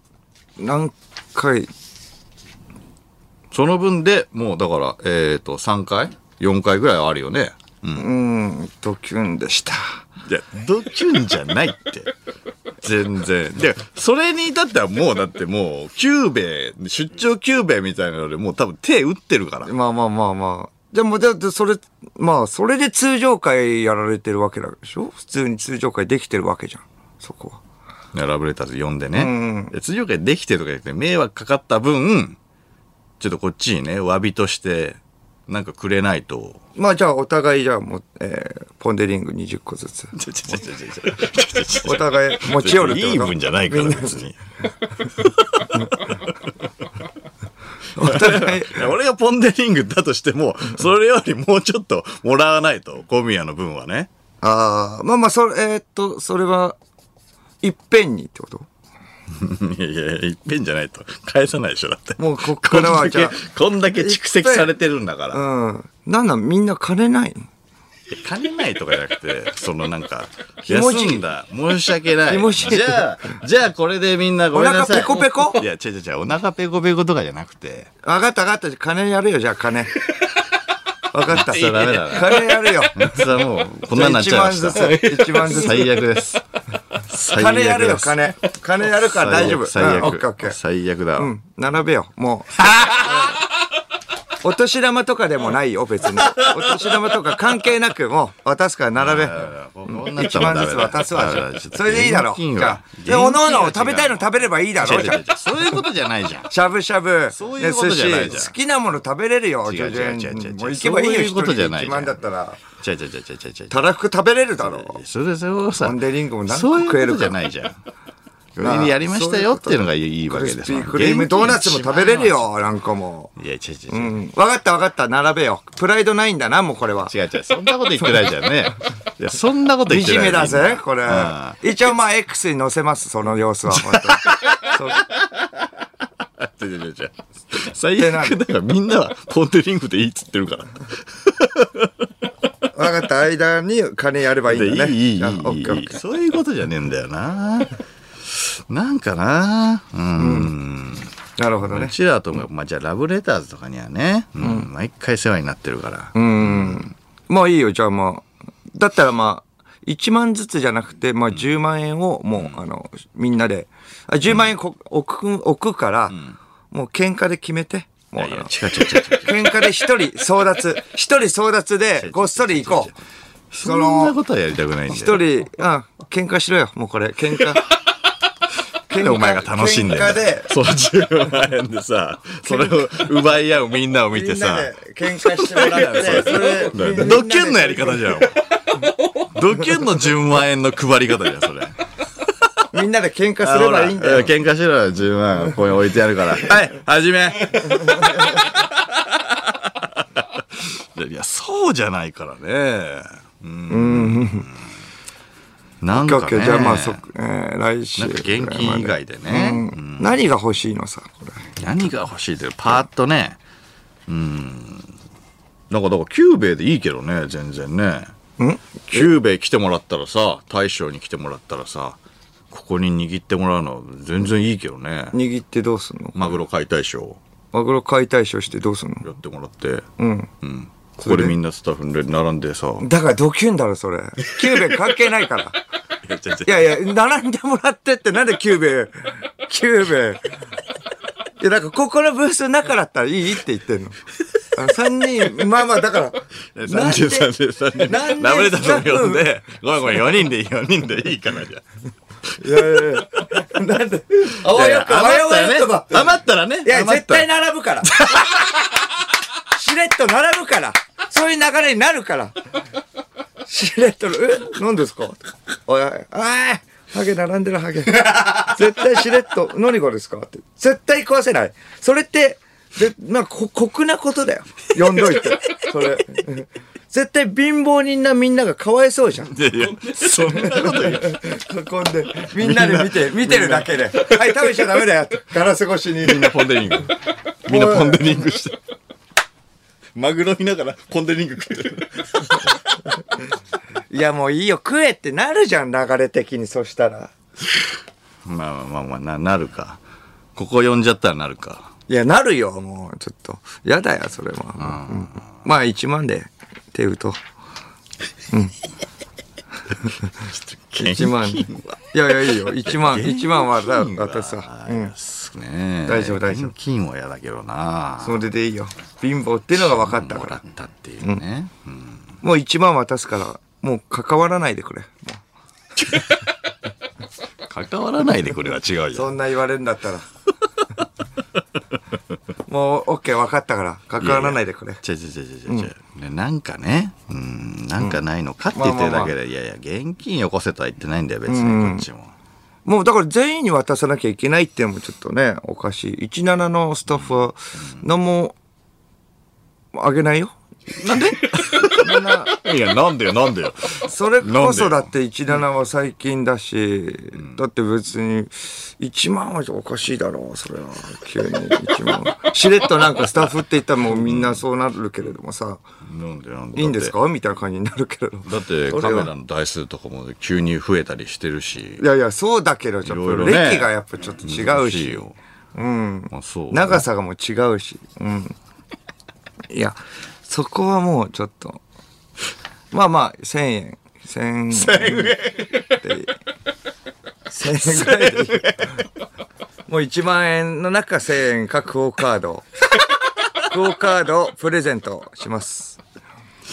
Speaker 3: 何回、
Speaker 2: その分でもう、だから、えっ、と、3回 ?4 回ぐらいはあるよね。
Speaker 3: うん、ドキュンでした。
Speaker 2: いや、ドキュンじゃないって。全然。で、それに至ってはもう、だってもう、キューベイ、出張キューベイみたいなので、もう多分手打ってるから。
Speaker 3: まあまあまあまあ。でも、だってそれ、まあ、それで通常会やられてるわけだでしょ普通に通常会できてるわけじゃん。そこは。
Speaker 2: ねラブレターズ読んでね。で通常会できてとか言って迷惑かかった分、ちょっとこっちにね、詫びとして、なんかくれないと。
Speaker 3: まあ、じゃあ、お互い、じゃあ、もう、えー、ポンデリング20個ずつ。お互い持ち寄るってこ と
Speaker 2: いい分じゃないから、
Speaker 3: みんな
Speaker 2: 別に。
Speaker 3: お互い、
Speaker 2: いや俺がポンデリングだとしても、それよりもうちょっともらわないと、小宮の分はね。
Speaker 3: ああ、まあまあ、それ、えーっと、それは、いっぺんにってこと
Speaker 2: いやいや、いっぺんじゃないと。返さないでしょ、だって。
Speaker 3: もうこっからは
Speaker 2: こんだ
Speaker 3: じゃ
Speaker 2: け
Speaker 3: あ、
Speaker 2: こんだけ蓄積されてるんだから。
Speaker 3: うん。なんなん、みんな金ないの
Speaker 2: 金ないとかじゃなくて、そのなんか、
Speaker 3: 気持ちいい
Speaker 2: 休んだ、申し訳ない。
Speaker 3: 気持ちいい
Speaker 2: じゃあ、じゃあこれでみんなごめんなさい。
Speaker 3: お腹ペコペコ
Speaker 2: いや、違う違う違う、お腹ペコペコとかじゃなくて、
Speaker 3: わかったわかった。金やるよ、じゃ あ、金。わかった。
Speaker 2: いやダメだな
Speaker 3: 金やるよ。
Speaker 2: それはもう、こんなになっちゃいました。
Speaker 3: じゃあ一万ずつ一万ずつ
Speaker 2: 最悪です。最悪
Speaker 3: 金
Speaker 2: です
Speaker 3: やるよ、金。金やるから大丈夫。
Speaker 2: 最
Speaker 3: うんオッケーオッケ
Speaker 2: 悪。
Speaker 3: ー。
Speaker 2: 最悪だ
Speaker 3: う
Speaker 2: わ。
Speaker 3: ん、並べよ、もう。お年玉とかでもないよ、別 に。お年玉とか関係なく、もう渡すから並べ。
Speaker 2: こんなっち
Speaker 3: 一
Speaker 2: ゃもう
Speaker 3: 万
Speaker 2: ダメ
Speaker 3: ずつ
Speaker 2: だ
Speaker 3: 渡すわ、じゃ
Speaker 2: あ
Speaker 3: あ
Speaker 2: ちょっと
Speaker 3: それでいいだろ。
Speaker 2: 現金
Speaker 3: じ
Speaker 2: は
Speaker 3: ゃあで、おのおの
Speaker 2: 現金は
Speaker 3: 食
Speaker 2: 違う
Speaker 3: べたいの食べればいいだ
Speaker 2: 違う
Speaker 3: ろ、
Speaker 2: 違
Speaker 3: じ
Speaker 2: う
Speaker 3: ゃ
Speaker 2: 違
Speaker 3: あ
Speaker 2: うそういうことじゃないじゃん。
Speaker 3: しゃぶしゃぶ、
Speaker 2: そういう
Speaker 3: ね
Speaker 2: こと
Speaker 3: 寿
Speaker 2: じゃない
Speaker 3: 司、
Speaker 2: じゃん
Speaker 3: 好きなもの食べれるよ、
Speaker 2: 違う
Speaker 3: じゃあじゃあ
Speaker 2: 違う違う違う
Speaker 3: もう行けばいいよ、
Speaker 2: そうい
Speaker 3: 一
Speaker 2: うこ
Speaker 3: 人
Speaker 2: とじ
Speaker 3: で
Speaker 2: ゃない
Speaker 3: 1万だったら。
Speaker 2: 違う違う違う違う違う。
Speaker 3: たらふく食べれるだろ。
Speaker 2: それそれをさ、
Speaker 3: ポンデリングも何個
Speaker 2: そういうこ
Speaker 3: 食える
Speaker 2: と
Speaker 3: か
Speaker 2: じゃないじゃん。これでやりましたよっていうのがいいわ
Speaker 3: ク
Speaker 2: け
Speaker 3: リ
Speaker 2: で
Speaker 3: ス
Speaker 2: す
Speaker 3: ピ
Speaker 2: もん
Speaker 3: ークリームドーナツも食べれる。よ、なんかも
Speaker 2: 現金一万いや、違
Speaker 3: う。
Speaker 2: う違
Speaker 3: う
Speaker 2: う違う。
Speaker 3: ん。わかったわかった、並べよ。プライドないんだな、もうこれは。
Speaker 2: 違う違う、そんなこと言ってないじゃんね。いや、そんなこと言
Speaker 3: い
Speaker 2: って
Speaker 3: じ
Speaker 2: ない。
Speaker 3: めだぜ、これ
Speaker 2: あ。
Speaker 3: 一応まあ X に載せます、その様 子は。本当にそう
Speaker 2: 違う違う違う最悪だからみんなはポンデリングでいいっつってるから。
Speaker 3: わかった、間に金やればい
Speaker 2: でい
Speaker 3: いん
Speaker 2: い
Speaker 3: だね。
Speaker 2: いいいい
Speaker 3: あオッケーオ
Speaker 2: いいい
Speaker 3: ッ
Speaker 2: い
Speaker 3: ケー
Speaker 2: そういうことじゃねえんだよ な。なんかな。うん。
Speaker 3: なるほど
Speaker 2: う
Speaker 3: ね。
Speaker 2: ちらとも、まあ、じゃあラブレターズとかにはね、うん毎回世話になってるから。
Speaker 3: うん。まあいいよ、じゃあまあ。だったらまあ、1万ずつじゃなくて、まあ10万円をもう、あの、みんなで、あ10万円こ置く、置くから、もう喧嘩で決めて、もうあ
Speaker 2: いや違う
Speaker 3: の、
Speaker 2: 違う違う違う。
Speaker 3: 喧嘩で一人争奪、一人争奪で、ごっそり行こう。
Speaker 2: そ んなことはやりたくないんだよ
Speaker 3: 一人、あ、喧嘩しろよ、もうこれ、喧嘩。
Speaker 2: なん
Speaker 3: 喧
Speaker 2: でお前が楽しんでんだ
Speaker 3: 喧嘩で
Speaker 2: そう、10万円で さ、それを奪い合うみんなを見て
Speaker 3: みんな
Speaker 2: さ、
Speaker 3: で喧嘩してもらって、それみんなで
Speaker 2: ドキュンのやり方じゃん。ドキュンの10万円の配り方じゃん、それ。
Speaker 3: みんなで喧嘩すればいいんだ
Speaker 2: あほら
Speaker 3: よ。
Speaker 2: 喧嘩しろよ、10万。ここに置いてある から。はい、始め。いや、そうじゃないからね。うん。なんか、ね、
Speaker 3: じゃあまあ、そ、えー来週。
Speaker 2: なんか現金以外でね。
Speaker 3: うん何が欲しいのさ、これ。
Speaker 2: 何が欲しいってパーッとねうんなんかだからキューベイでいいけどね全然ねキューベイ来てもらったらさ大将に来てもらったらさここに握ってもらうの全然いいけどね
Speaker 3: 握ってどうすんの
Speaker 2: マグロ解体ショー
Speaker 3: マグロ解体ショーしてどうすんの
Speaker 2: やってもらって、
Speaker 3: うん。
Speaker 2: ここでみんなスタッフで並んでさ
Speaker 3: だからドキュンだろ、それ。キューベ関係ないから。
Speaker 2: いや全然
Speaker 3: いやいや、並んでもらってって、なんでキューベキューベいや、なんかここのブースの中だったらいいって言ってんの。あの三人、まあまあ、だから。なんで
Speaker 2: 33で3
Speaker 3: なん
Speaker 2: 人
Speaker 3: で
Speaker 2: ラブレターズを呼ん でごめんごめん4人でいい4人でいいからじゃあ
Speaker 3: いやいやいや。なんで、あわよくば、あわよくば。
Speaker 2: 余ったらね
Speaker 3: いや、
Speaker 2: 余
Speaker 3: 絶
Speaker 2: ったら
Speaker 3: 対並 ぶから。しれっと並ぶから。そういう流れになるから。しれっと、え、何ですかおい、おいあいハゲ並んでるハゲ。絶対しれっと、何がですかって。絶対食わせない。それって、ぜなんかこ酷なことだよ。呼んどいて。それ。絶対貧乏人なみんながかわいそうじゃん。
Speaker 2: いやいやそんなこと言う
Speaker 3: 囲んで、みんなで見て、見てるだけで。はい、食べちゃダメだよ。ガラス越しに。
Speaker 2: みんなポンデリング。みんなポンデリングして。マグロ見ながらポンデリング食ってる。
Speaker 3: いやもういいよ食えってなるじゃん流れ的にそしたら
Speaker 2: まあまあまあな、なるか。ここ呼んじゃったらなるか。
Speaker 3: いやなるよもうちょっとやだよそれは、うんまあ1万で手打とう1万いやいやいいよ1万1万はだ私さ、う、
Speaker 2: うんねえ
Speaker 3: 大丈夫大丈夫
Speaker 2: 現金は嫌だけどな。
Speaker 3: それでいいよ貧乏ってのが分かった
Speaker 2: も
Speaker 3: からら
Speaker 2: ったっていうね。うん
Speaker 3: もう1万渡すからもう関わらないでくれもう
Speaker 2: 関わらないでこれは違う
Speaker 3: そ
Speaker 2: よ。
Speaker 3: んな言われるんだ ったらもう OK 分かったから関わらないでくれ
Speaker 2: ちゃちゃちゃちゃちゃちゃ。ねなんかね、うん、なんかないのかって言ってるだけで、いやいや、現金よこせとは言ってないんだよ、別にこっちも。
Speaker 3: もうだから全員に渡さなきゃいけないっていうのもちょっとね、おかしい。17のスタッフは何もあげないよ。なんで
Speaker 2: いや、なんでよ、なんでよ。
Speaker 3: それこそだって17は最近だし、だって別に1万はおかしいだろう、それは。急に1万。しれっとなんかスタッフって言ったらもうみんなそうなるけれどもさ、
Speaker 2: なんでなんで
Speaker 3: いいんですかみたいな感じになるけれど。
Speaker 2: だってカメラの台数とかも急に増えたりしてるし
Speaker 3: いやいや、そうだけど、ちょっ
Speaker 2: い
Speaker 3: と
Speaker 2: ろいろね
Speaker 3: 歴がやっぱちょっと違う
Speaker 2: 難
Speaker 3: し。
Speaker 2: よ
Speaker 3: うん。
Speaker 2: あそう
Speaker 3: 長さがもう違うし、うん、いやそこはもうちょっとまあまあ1000円1000円で1000円ぐらいでいいもう1万円の中1000円かクオカードクオカードをプレゼントします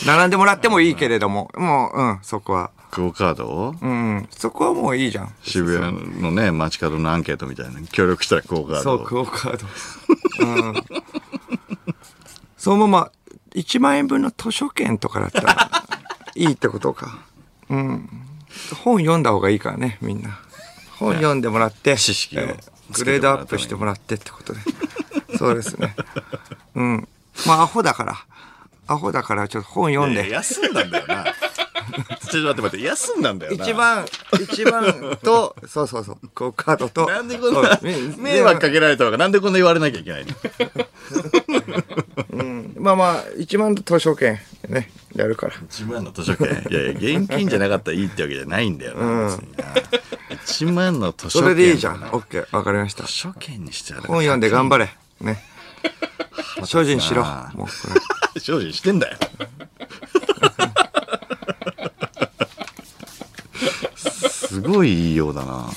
Speaker 3: 並んでもらってもいいけれどももううんそこは
Speaker 2: クオカードを
Speaker 3: うんそこはもういいじゃん
Speaker 2: 渋谷のね街角のアンケートみたいなの協力したらクオカー
Speaker 3: そ
Speaker 2: ド
Speaker 3: う、
Speaker 2: を
Speaker 3: クオカード。そのまま、1万円分の図書券とかだった ら、いいってことか。うん。本読んだ方がいいからね、みんな。本読んでもらって、
Speaker 2: 知識を
Speaker 3: えーグレードアップしてもらってってことで。そうですね。うん。まあ、アホだから。アホだから、ちょっと本読ん
Speaker 2: いや
Speaker 3: で。
Speaker 2: 休んだんだよ なちょっと待って待って休んだんだよな
Speaker 3: 一番、一番と、そうそうそう、クオカードと。
Speaker 2: なんでこんな
Speaker 3: そうみ
Speaker 2: 迷惑かけられたのかなんでこんな言われなきゃいけないの
Speaker 3: まあまあ、1万と図書券ね、やるから。
Speaker 2: 1万の図書券いやいや現金じゃなかったらいいってわけじゃないんだよな、別にな1万の図書
Speaker 3: そ
Speaker 2: 券
Speaker 3: れでいいじゃん。
Speaker 2: 図
Speaker 3: オッケー、わかりました。
Speaker 2: 書券にしてやる
Speaker 3: 本読んで頑張れ。 ね。精進 しろ。
Speaker 2: あ
Speaker 3: もうこ
Speaker 2: 精進してんだよ。すごい言いようだな。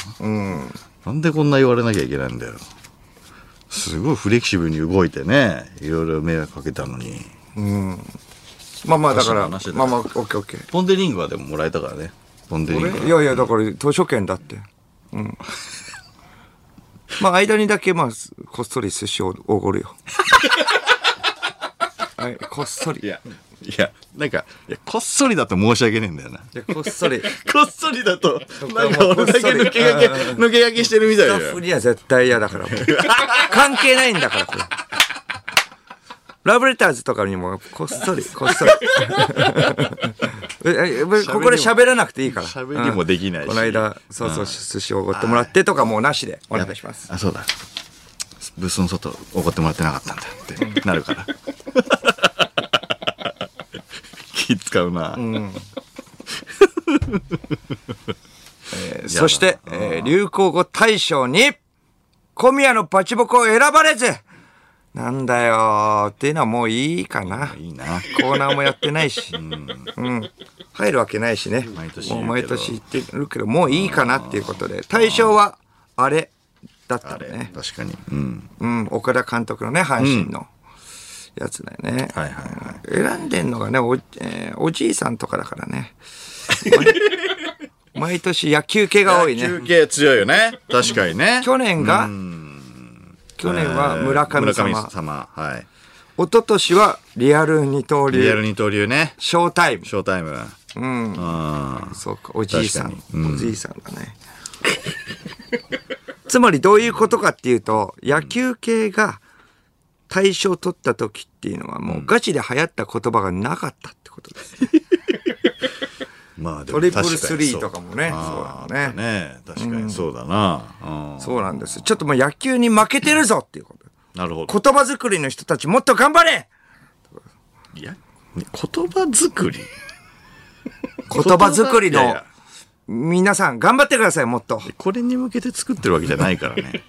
Speaker 2: なんでこんな言われなきゃいけないんだよ。すごいフレキシブルに動いてね、いろいろ迷惑かけたのに。
Speaker 3: れまあまあだから、まあ
Speaker 2: なしだ
Speaker 3: まあ、オッケーオッケー。
Speaker 2: ポンデリングはでももらえたからね。ポンデリング
Speaker 3: い
Speaker 2: は。
Speaker 3: やいや、だから図書券だって。うん。まあ、間にだけ、まあ、すこっそり寿司をおごる よ。はい、こっそり。
Speaker 2: いや、いや、なんか、いやこっそりだと申し訳ねえんだよな。
Speaker 3: でこっそり。
Speaker 2: こっそりだと、
Speaker 3: な
Speaker 2: なんん
Speaker 3: か
Speaker 2: か
Speaker 3: 俺
Speaker 2: 俺だ
Speaker 3: だけ
Speaker 2: け
Speaker 3: 抜
Speaker 2: 抜け駆け、
Speaker 3: け駆け
Speaker 2: 抜け駆けしてるみたい
Speaker 3: スタ
Speaker 2: だ
Speaker 3: ッフには絶対嫌だ からもう関係ないんだからこれラブレターズとかにもこっそりこっ そりええここで喋らなくていいから
Speaker 2: 喋りもできないし
Speaker 3: この間そうそう寿司をおごってもらってとかもうなしでお願いします
Speaker 2: あ、そうだ。ブースの外、怒ってもらってなかったんだってなる から。気使うな。
Speaker 3: えーそして、えー流行語大賞に小宮のバチボコを選ばれずなんだよーっていうのはもういいかない
Speaker 2: いな。
Speaker 3: コーナーもやってないし、うん、入るわけないしね
Speaker 2: 毎年言うけど
Speaker 3: もう毎年言ってるけどもういいかなっていうことで対象はあれだった
Speaker 2: あ
Speaker 3: の
Speaker 2: れ、
Speaker 3: ね、
Speaker 2: 確かに。うん。
Speaker 3: うん、岡田監督のね阪神のやつだよね、
Speaker 2: はいはいは
Speaker 3: 選んでんのがねお,、えーおじいさんとかだから ね毎毎年野球系が多いね
Speaker 2: 休憩強いよね。確かにね。
Speaker 3: 去年が去年は村上
Speaker 2: えー
Speaker 3: 様、
Speaker 2: 村上様。はい。
Speaker 3: 一昨年はリアル二刀
Speaker 2: リア
Speaker 3: 流
Speaker 2: ル二刀流ね。
Speaker 3: ショータイム
Speaker 2: ショータイム。うん。あ
Speaker 3: そうか、おじいさん
Speaker 2: 確。
Speaker 3: おじいさんだね。 つまりどういうことかっていうと、野球系が対象取った時っていうのはもうガチで流行った言葉がなかったってことです。
Speaker 2: まあで
Speaker 3: ト
Speaker 2: も
Speaker 3: リ
Speaker 2: 確
Speaker 3: プ
Speaker 2: か
Speaker 3: ル
Speaker 2: に
Speaker 3: スリーとかもね、そう
Speaker 2: あ
Speaker 3: だ
Speaker 2: あ
Speaker 3: ね。
Speaker 2: ね確かにそうだな。うん
Speaker 3: そうなんです。ちょっともう野球に負けてるぞっていうこと。
Speaker 2: なるほど。
Speaker 3: 言葉作りの人たちもっと頑張れ
Speaker 2: いや言葉作り
Speaker 3: 言葉作り
Speaker 2: いやい
Speaker 3: の
Speaker 2: や
Speaker 3: 皆さん頑張ってください、もっと。
Speaker 2: これに向けて作ってるわけじゃないから ね。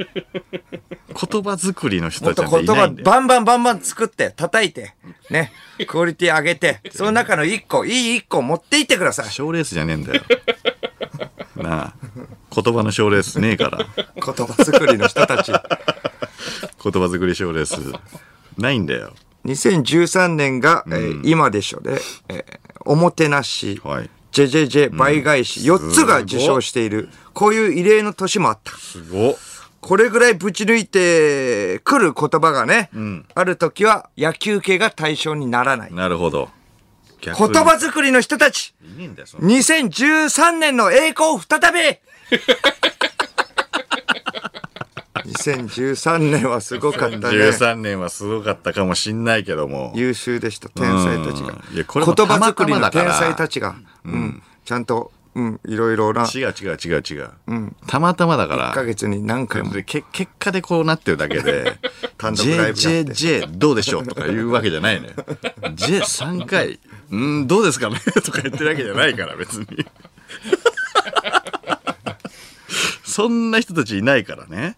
Speaker 2: 言葉作りの人
Speaker 3: もったと
Speaker 2: ちなんて
Speaker 3: 言
Speaker 2: いな
Speaker 3: 葉
Speaker 2: いんだよ。
Speaker 3: バンバンバンバン作って、叩いて、ね、クオリティ上げ て、その中の一個、いい一個持っていってください。
Speaker 2: 賞レースじゃねえんだよ。なあ。言葉の賞レースねえから。
Speaker 3: 言葉作りの人たち。
Speaker 2: 言葉作り賞レース。ないんだよ。
Speaker 3: 2013年が、えー今でしょで、えーおもてなし、
Speaker 2: はい
Speaker 3: ジェジェジェ倍返し、4つが受賞している。こういう異例の年もあった。
Speaker 2: すごっ
Speaker 3: これぐらいぶち抜いてくる言葉がね、ある時は野球系が対象にならない。
Speaker 2: なるほど。言
Speaker 3: 言葉作りの人たち
Speaker 2: いねえんだよ、その
Speaker 3: 2013年の栄光再 び2013年はすごかったね。
Speaker 2: 13年はすごかったかもしんないけども。
Speaker 3: 優秀でした、天才たちが。
Speaker 2: うんい
Speaker 3: 言
Speaker 2: やこれも
Speaker 3: 葉作り
Speaker 2: たまたまだ
Speaker 3: の
Speaker 2: か
Speaker 3: 天
Speaker 2: ら
Speaker 3: 才たちが、うん、ちゃんと、うん、いろいろな、1
Speaker 2: 違う違う違う違う。たまたまだから。
Speaker 3: ヶ月に何回も。
Speaker 2: でけ結果でこうなってるだけで
Speaker 3: 単独ライブやって
Speaker 2: JJJ どうでしょうとか言うわけじゃ ないのよ J3 回うんどうですかね とか言ってるわけじゃないから別 にそんな人たちいないからね、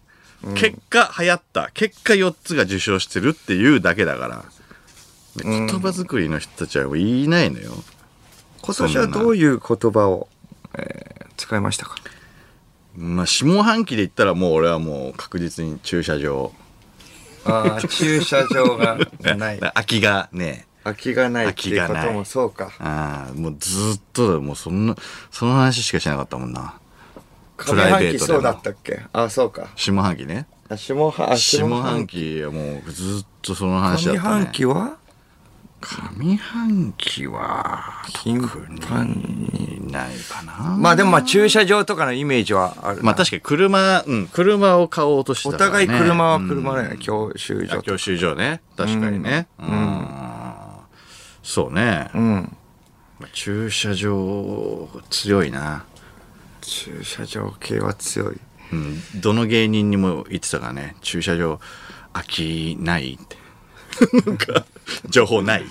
Speaker 2: 結果流行った結果4つが受賞してるっていうだけだからで言葉作りの人たちはいないのよ、
Speaker 3: 今年はどういう言葉を、えー使いましたか
Speaker 2: まあ下半期で言ったらもう俺はもう確実に駐車場
Speaker 3: ああ、駐車場が ない。
Speaker 2: 空きがね
Speaker 3: 空きがないっていうこ
Speaker 2: 空き
Speaker 3: と
Speaker 2: がな
Speaker 3: も
Speaker 2: い
Speaker 3: そうか。
Speaker 2: ああ、もうずっとだよもうそんな、その話しかしなかったもんな。
Speaker 3: 上半期そうだったっけああ、そうか。
Speaker 2: 下半期ね。
Speaker 3: あ下半あ
Speaker 2: 下
Speaker 3: 半
Speaker 2: 半
Speaker 3: 期。
Speaker 2: 期はもうずっとその話だっ
Speaker 3: 上
Speaker 2: た、ね。
Speaker 3: 半期は
Speaker 2: 上半期は、
Speaker 3: 頻繁に。
Speaker 2: いないかな。
Speaker 3: まあでもまあ駐車場とかのイメージはあるな。
Speaker 2: まあ確かに車、うん、車を買おうとして
Speaker 3: お
Speaker 2: たから、
Speaker 3: 互
Speaker 2: ね。
Speaker 3: い車は
Speaker 2: うん
Speaker 3: 車だよね、教習所
Speaker 2: あ
Speaker 3: と
Speaker 2: 教習所ね。確かにね。うん。そうね。
Speaker 3: ん
Speaker 2: まあ駐車場、強いな。
Speaker 3: 駐車場系は強い。
Speaker 2: うん、どの芸人にも言ってたからね駐車場空きない ってなんか情報ない、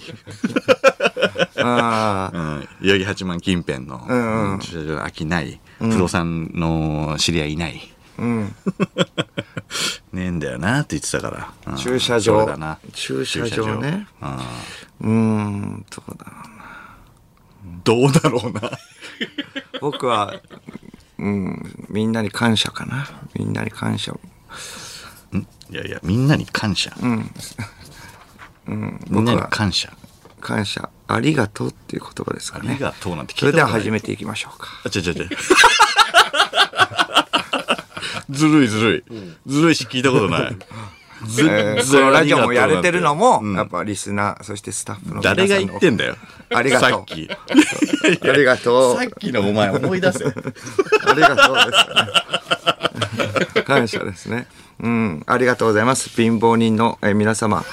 Speaker 3: あ
Speaker 2: う
Speaker 3: あ、
Speaker 2: ん、代々木八幡近辺の、
Speaker 3: んうん
Speaker 2: 駐車場空きない、不動産の知り合いいない
Speaker 3: うん。
Speaker 2: ねえんだよなって言ってたから、うん
Speaker 3: 駐車場
Speaker 2: それだな
Speaker 3: 駐車場
Speaker 2: 駐
Speaker 3: ね
Speaker 2: 車場
Speaker 3: うーん、そうだな。
Speaker 2: うんどうだろうな
Speaker 3: 僕は、うん、みんなに感謝かな。みんなに感謝。
Speaker 2: いやいやみんなに感謝、みんなに感謝
Speaker 3: 感謝。ありがとうっていう言葉ですか
Speaker 2: あ
Speaker 3: ね
Speaker 2: り。がとうなんて
Speaker 3: そ
Speaker 2: 聞
Speaker 3: れ
Speaker 2: い
Speaker 3: で
Speaker 2: た
Speaker 3: は
Speaker 2: ことない
Speaker 3: 始めていきましょうか。
Speaker 2: あ、違う違う違う。 ずるいずるい。ずるいし聞いたことない。ず
Speaker 3: えーこのラジオもやれてるのも、やっぱリスナー、そしてスタッフの皆さんの
Speaker 2: 誰が言ってんだよ。
Speaker 3: ありがとう
Speaker 2: さっき。
Speaker 3: ありがとう。
Speaker 2: さっきのお前思い出せ。
Speaker 3: ありがとうです、ね。感謝ですね。うん、ありがとうございます。貧乏人のえー皆様。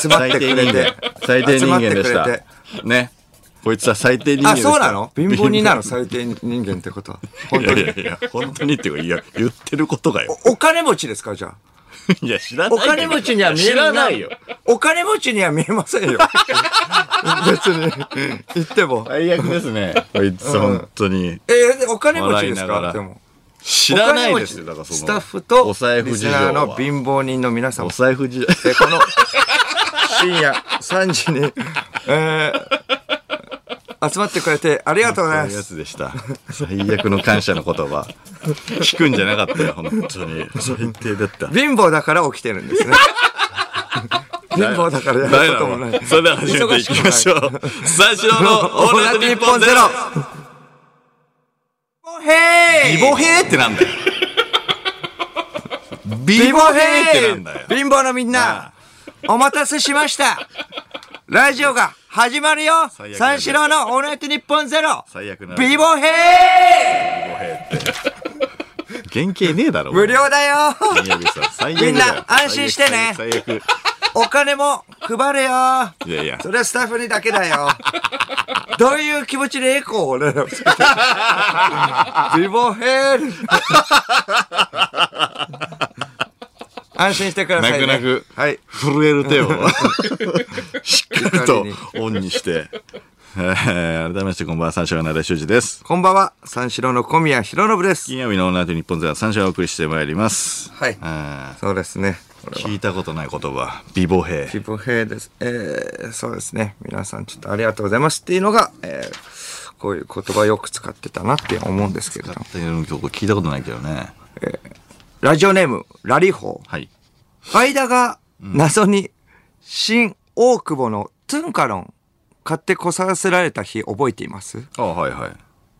Speaker 3: 集ま っ
Speaker 2: 最
Speaker 3: て
Speaker 2: 低
Speaker 3: く
Speaker 2: 人
Speaker 3: れて
Speaker 2: 間。。最低人間で
Speaker 3: 集
Speaker 2: し
Speaker 3: まってくれて
Speaker 2: た。ね。こいつは最低人間
Speaker 3: あ、
Speaker 2: でした。
Speaker 3: そうなの貧乏人なの最低人間ってことは。本
Speaker 2: い
Speaker 3: 当
Speaker 2: やい
Speaker 3: に。
Speaker 2: やいや、本当にっていうか、いや、言ってることがよ。
Speaker 3: お金持ちですかじゃあ。
Speaker 2: いや、知らない
Speaker 3: お
Speaker 2: けど。
Speaker 3: 金持ちには見え
Speaker 2: 知ら ないよ。。
Speaker 3: お金持ちには見えませ んよ。別に。言っても。
Speaker 2: 最悪ですね。こいつ、本当に。
Speaker 3: えーでお金持ち
Speaker 2: 笑
Speaker 3: です
Speaker 2: いながら
Speaker 3: かでも。
Speaker 2: 知らないですよ、だからその。
Speaker 3: スタッフと
Speaker 2: お財布
Speaker 3: リ
Speaker 2: 事情
Speaker 3: スナー
Speaker 2: は。
Speaker 3: の貧乏人の皆様
Speaker 2: お。財布事 情。
Speaker 3: で、この深夜3時に、えー集まってくれてありがとうござ
Speaker 2: そ
Speaker 3: い
Speaker 2: う
Speaker 3: ま
Speaker 2: いうや
Speaker 3: す。
Speaker 2: つでした。最悪の感謝の言葉。聞くんじゃなかったよ、本当に。最低だった。
Speaker 3: 貧乏だから起きてるんですね。 貧乏だからやることも ない。
Speaker 2: それでは始めていきましょ
Speaker 3: 忙く
Speaker 2: う。最初の
Speaker 3: も
Speaker 2: オールナイト
Speaker 3: ない
Speaker 2: ニ
Speaker 3: 日
Speaker 2: ッポ
Speaker 3: 本
Speaker 2: ンゼ
Speaker 3: ゼ
Speaker 2: ロ
Speaker 3: ロ。。ヘイ
Speaker 2: ビボヘーってなんだよ。ビ
Speaker 3: 貧
Speaker 2: ボ
Speaker 3: 乏
Speaker 2: ヘーって
Speaker 3: ヘ
Speaker 2: な
Speaker 3: イ
Speaker 2: んだよ。
Speaker 3: 貧乏のみんな、お待たせしました。ラジオが始まるよ
Speaker 2: 最悪だね
Speaker 3: 三四郎のオールナイト日本ゼロ
Speaker 2: 最悪な。
Speaker 3: 貧乏ヘイ
Speaker 2: 原型ねえだろ。
Speaker 3: 無料だよ
Speaker 2: 宮城さん最悪だよ
Speaker 3: みんな安心してね
Speaker 2: 最悪。最悪
Speaker 3: お金も配れ
Speaker 2: い
Speaker 3: よ
Speaker 2: やいや。
Speaker 3: それはスタッフにだけだよ。 どういう気持ちでエコーを俺ら。 ビボヘル。 安心してください、
Speaker 2: 泣
Speaker 3: ね。
Speaker 2: く泣く、
Speaker 3: はい。
Speaker 2: 震える 手をしっかりと
Speaker 3: 怒りに
Speaker 2: オンにして、えー改めましてこんばんは三四郎の修二です
Speaker 3: こんばんは。三四郎の小宮弘信です
Speaker 2: 金。曜日の「オンライト日本ゼロ三四郎をお送りしてまいります
Speaker 3: はい
Speaker 2: あ
Speaker 3: そうですね。こ
Speaker 2: ー
Speaker 3: れは
Speaker 2: 聞いたことない言葉美貌
Speaker 3: ビ
Speaker 2: 兵
Speaker 3: ボヘルです。えー、そうですね。皆さんちょっとありがとうございますっていうのが、えーこういう言葉よく使ってたなって思うんですけれども。
Speaker 2: 曲聞いたことないけどね
Speaker 3: ラジオネーム、ラリホー。
Speaker 2: はい
Speaker 3: 間が謎に新大久保のトゥンカロン買ってこさせられた日覚えています
Speaker 2: あはいはい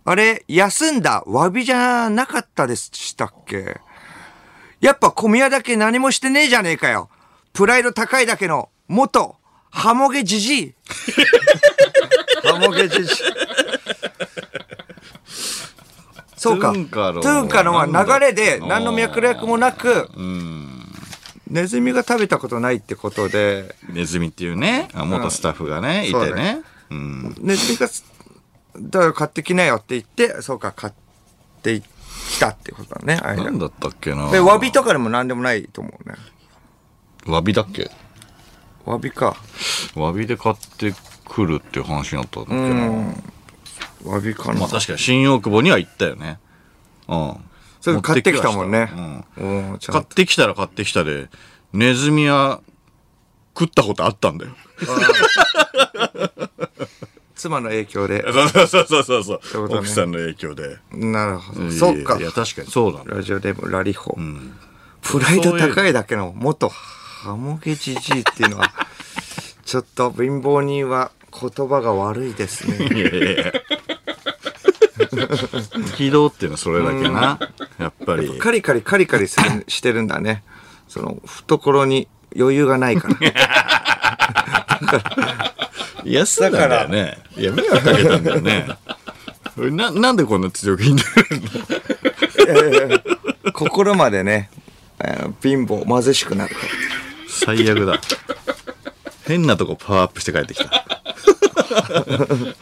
Speaker 3: あれ、休んだ詫びじゃなかったでしたっけやっぱ小宮だけ何もしてねえじゃねえかよ。プライド高いだけの元ハモゲじじ い。ハモゲじじい。そうか。
Speaker 2: ト
Speaker 3: ト
Speaker 2: ゥンカロン
Speaker 3: ゥンカロンは流れで何の脈絡もなく、ネズミが食べたことないってことで、
Speaker 2: ネズミっていうねあ元スタッフがね、い
Speaker 3: そう
Speaker 2: て
Speaker 3: だ
Speaker 2: ね
Speaker 3: ね
Speaker 2: うん
Speaker 3: ネズミがす、だから買ってきなよって言って、そうか、買ってきたってことだね、あれ
Speaker 2: 何だったっけな
Speaker 3: で、詫びとかでも何でもないと思うね。
Speaker 2: わびだっけ
Speaker 3: 詫びか。
Speaker 2: わびで買ってくるっていう話になったんだっけど
Speaker 3: 詫びかな。
Speaker 2: まあ確かに新大久保には行ったよね。うん。
Speaker 3: それ買ってきたもんね
Speaker 2: 持ってきはし。
Speaker 3: うん。ち
Speaker 2: た
Speaker 3: ゃ
Speaker 2: 買っ
Speaker 3: んと
Speaker 2: てきたら買ってきたで、ネズミは食ったことあった んだよ。
Speaker 3: 妻の影響で。
Speaker 2: そうそうそうそうそう
Speaker 3: うだね
Speaker 2: 奥さんの影響で。
Speaker 3: なるほど。そうか
Speaker 2: い。や、確かにそうなんだ。
Speaker 3: ラジオでもラリホ。プライド高いだけの元ハモゲじじいっていうのは、ちょっと貧乏人は言葉が悪いですね。
Speaker 2: いやいやいや。 軌道っていうのはそれだけな。やっぱり。
Speaker 3: カリカリカリカリす るしてるんだね。その、懐に余裕がない から。
Speaker 2: いや、そうなんだよね。いや、迷惑かけたんだよね。 な、なんでこんな強気になるの
Speaker 3: 心までね、あの貧乏、貧しくなるから。
Speaker 2: 最悪だ変なとこパワーアップして帰ってきた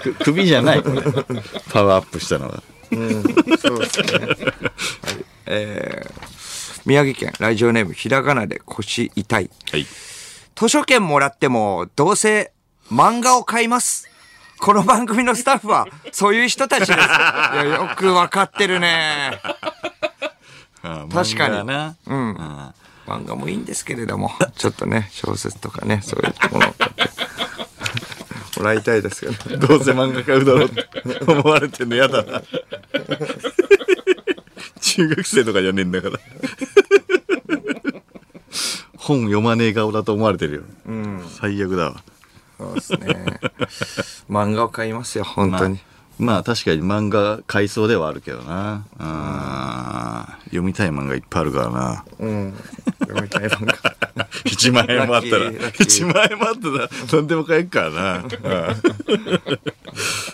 Speaker 2: く首じゃないこれパワーアップしたのが
Speaker 3: そうですね。はい、えー宮城県ラジオネームひらがなで腰痛い。
Speaker 2: はい
Speaker 3: 図書券もらってもどうせ漫画を買います。この番組のスタッフはそういう人たちです。いやよくわかってるね。確かに
Speaker 2: な
Speaker 3: うん。漫画もいいんですけれども、ちょっとね、小説とかね、そういうものを買って もらいたいですよね。
Speaker 2: どうせ漫画買うだろうって思われてんのやだな中学生とかじゃねえんだから本読まねえ顔だと思われてるよ、最悪だわ
Speaker 3: そうですね。漫画を買いますよ、本当に。
Speaker 2: まあ確かに漫画買いそうではあるけどな。あー読みたい漫画いっぱいあるからな。
Speaker 3: うん。読みたい漫画。
Speaker 2: 1万円もあったら、
Speaker 3: ラッキーラッキー
Speaker 2: 1万円もあったら何でも買えっからな。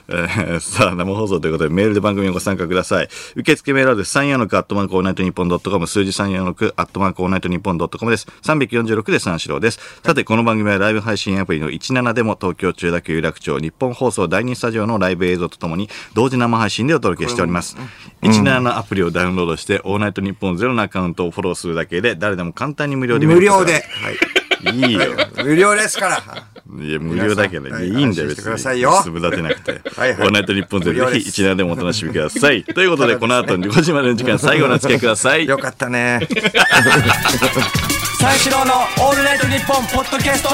Speaker 2: えーさあ、生放送ということでメールで番組にご参加ください。受付メールアドレス346アットマークオールナイトニッポンドットコム、数字346アットマークオールナイトニッポンドットコムです。346で三四郎です。さて、この番組はライブ配信アプリの17でも東京中田区有楽町日本放送第2スタジオのライブ映像とともに同時生配信でお届けしております。17アプリをダウンロードして、オールナイトニッポンゼロのアカウントをフォローするだけで誰でも簡単に無料で見
Speaker 3: 無
Speaker 2: ることが
Speaker 3: 料で。
Speaker 2: いいよ。
Speaker 3: はい。無料ですから。
Speaker 2: いや、無料だけど、
Speaker 3: 皆さん
Speaker 2: いやいいんだよ、
Speaker 3: 安心
Speaker 2: 別
Speaker 3: してください
Speaker 2: に。
Speaker 3: よ
Speaker 2: つぶ立てなくて。
Speaker 3: はい
Speaker 2: オ
Speaker 3: はい
Speaker 2: ールナイト日本ゼ
Speaker 3: 無
Speaker 2: ロ
Speaker 3: 料
Speaker 2: ぜ
Speaker 3: で
Speaker 2: ひ
Speaker 3: す
Speaker 2: 一覧でもお楽しみください。ということで、この後5時までの時間、最後のお付き合いください。
Speaker 3: よ かったね。
Speaker 4: 三四郎の「オールナイトニッポン」ポッドキャスト